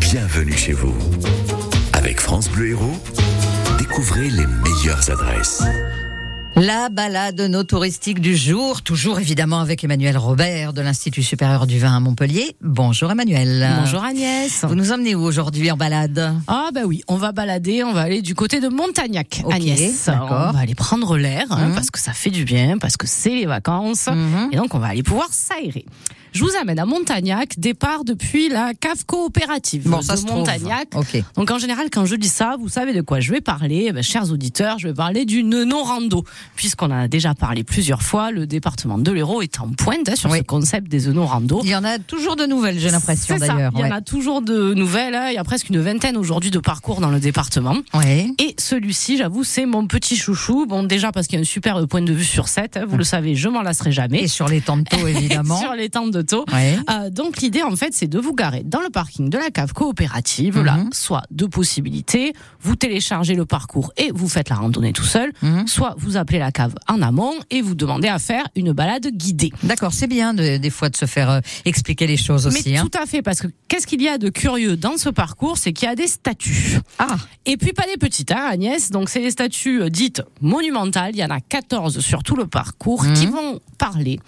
bienvenue chez vous. Avec France Bleu Héros, découvrez les meilleures adresses. La balade no touristique du jour, toujours évidemment avec Emmanuel Robert de l'Institut supérieur du vin à Montpellier. Bonjour Emmanuel. Bonjour Agnès. Ah. Vous nous emmenez où aujourd'hui en balade Ah bah oui, on va balader, on va aller du côté de Montagnac, Ok, Agnès. d'accord. On va aller prendre l'air, hein, Mhm. parce que ça fait du bien, parce que c'est les vacances, Mhm. et donc on va aller pouvoir s'aérer. Je vous amène à Montagnac, départ depuis la cave coopérative de Montagnac. Ok. Donc en général, quand je dis ça, vous savez de quoi je vais parler. Eh ben, chers auditeurs, je vais parler d'une non-rando, puisqu'on en a déjà parlé plusieurs fois. Le département de l'Hérault est en pointe hein, sur Oui. ce concept des non-rando. Il y en a toujours de nouvelles, j'ai l'impression C'est ça. d'ailleurs. Il y ouais. en a toujours de nouvelles. hein. Il y a presque une vingtaine aujourd'hui de parcours dans le département. Ouais. Et celui-ci, j'avoue, c'est mon petit chouchou. Bon, déjà parce qu'il y a un super point de vue sur 7. vous le savez, je m'en lasserai jamais. Et sur les tantôt évidemment. Sur les tentes de taux. Ouais. Euh, donc l'idée en fait c'est de vous garer dans le parking de la cave coopérative, là, Mhm. soit deux possibilités, vous téléchargez le parcours et vous faites la randonnée tout seul, Mhm. soit vous appelez la cave en amont et vous demandez à faire une balade guidée. D'accord, c'est bien de- des fois de se faire euh, expliquer les choses aussi. Mais hein. tout à fait, parce que qu'est-ce qu'il y a de curieux dans ce parcours, c'est qu'il y a des statues. Ah, Et puis pas des petites, hein, Agnès. Donc c'est des statues euh, dites monumentales. Il y en a 14 sur tout le parcours qui Mhm. vont parler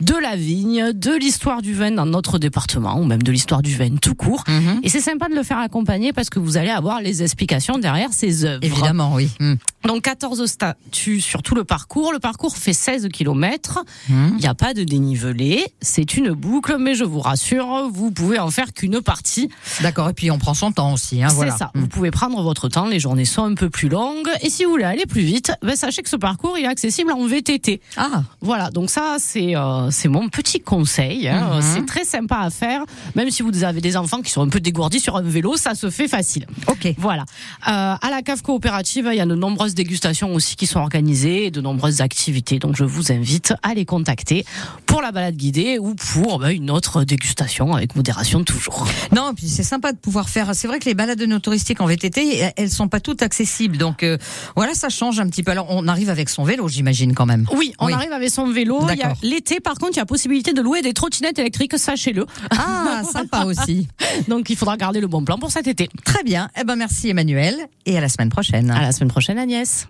de la vigne, de l'histoire du vin dans notre département, ou même de l'histoire du vin tout court. mhm. Et c'est sympa de le faire accompagner parce que vous allez avoir les explications derrière ces œuvres. évidemment, oui. Mhm. Donc 14 statues sur tout le parcours. Le parcours fait 16 kilomètres. Mhm. Il n'y a pas de dénivelé. C'est une boucle, mais je vous rassure, vous pouvez en faire qu'une partie. D'accord, et puis on prend son temps aussi. Hein, C'est Ah, voilà. ça. Mhm. Vous pouvez prendre votre temps. Les journées sont un peu plus longues. Et si vous voulez aller plus vite, ben, sachez que ce parcours, il est accessible en VTT. Ah, Voilà. Donc ça, c'est euh, c'est mon petit conseil. hein. Mhm. C'est très sympa à faire. Même si vous avez des enfants qui sont un peu dégourdis sur un vélo, ça se fait facile. ok. Voilà. Euh, à la cave coopérative, il y a de nombreuses dégustations aussi qui sont organisées et de nombreuses activités. Donc je vous invite à les contacter pour la balade guidée ou pour ben, une autre dégustation avec modération toujours. Non, et puis c'est sympa de pouvoir faire. C'est vrai que les balades no touristiques en VTT, elles sont pas toutes accessibles. Donc euh, voilà, ça change un petit peu. Alors on arrive avec son vélo, j'imagine quand même. Oui, on Oui. arrive avec son vélo. Il y a- D'accord. L'été, par contre, il y a possibilité de louer des trottinettes électriques, sachez-le. Ah, sympa aussi. Donc il faudra garder le bon plan pour cet été. Très bien. Eh ben merci Emmanuel et à la semaine prochaine. À la semaine prochaine, Agnès.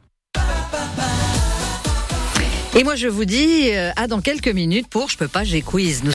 Et moi je vous dis euh, à dans quelques minutes pour je peux pas j'ai quiz. Nous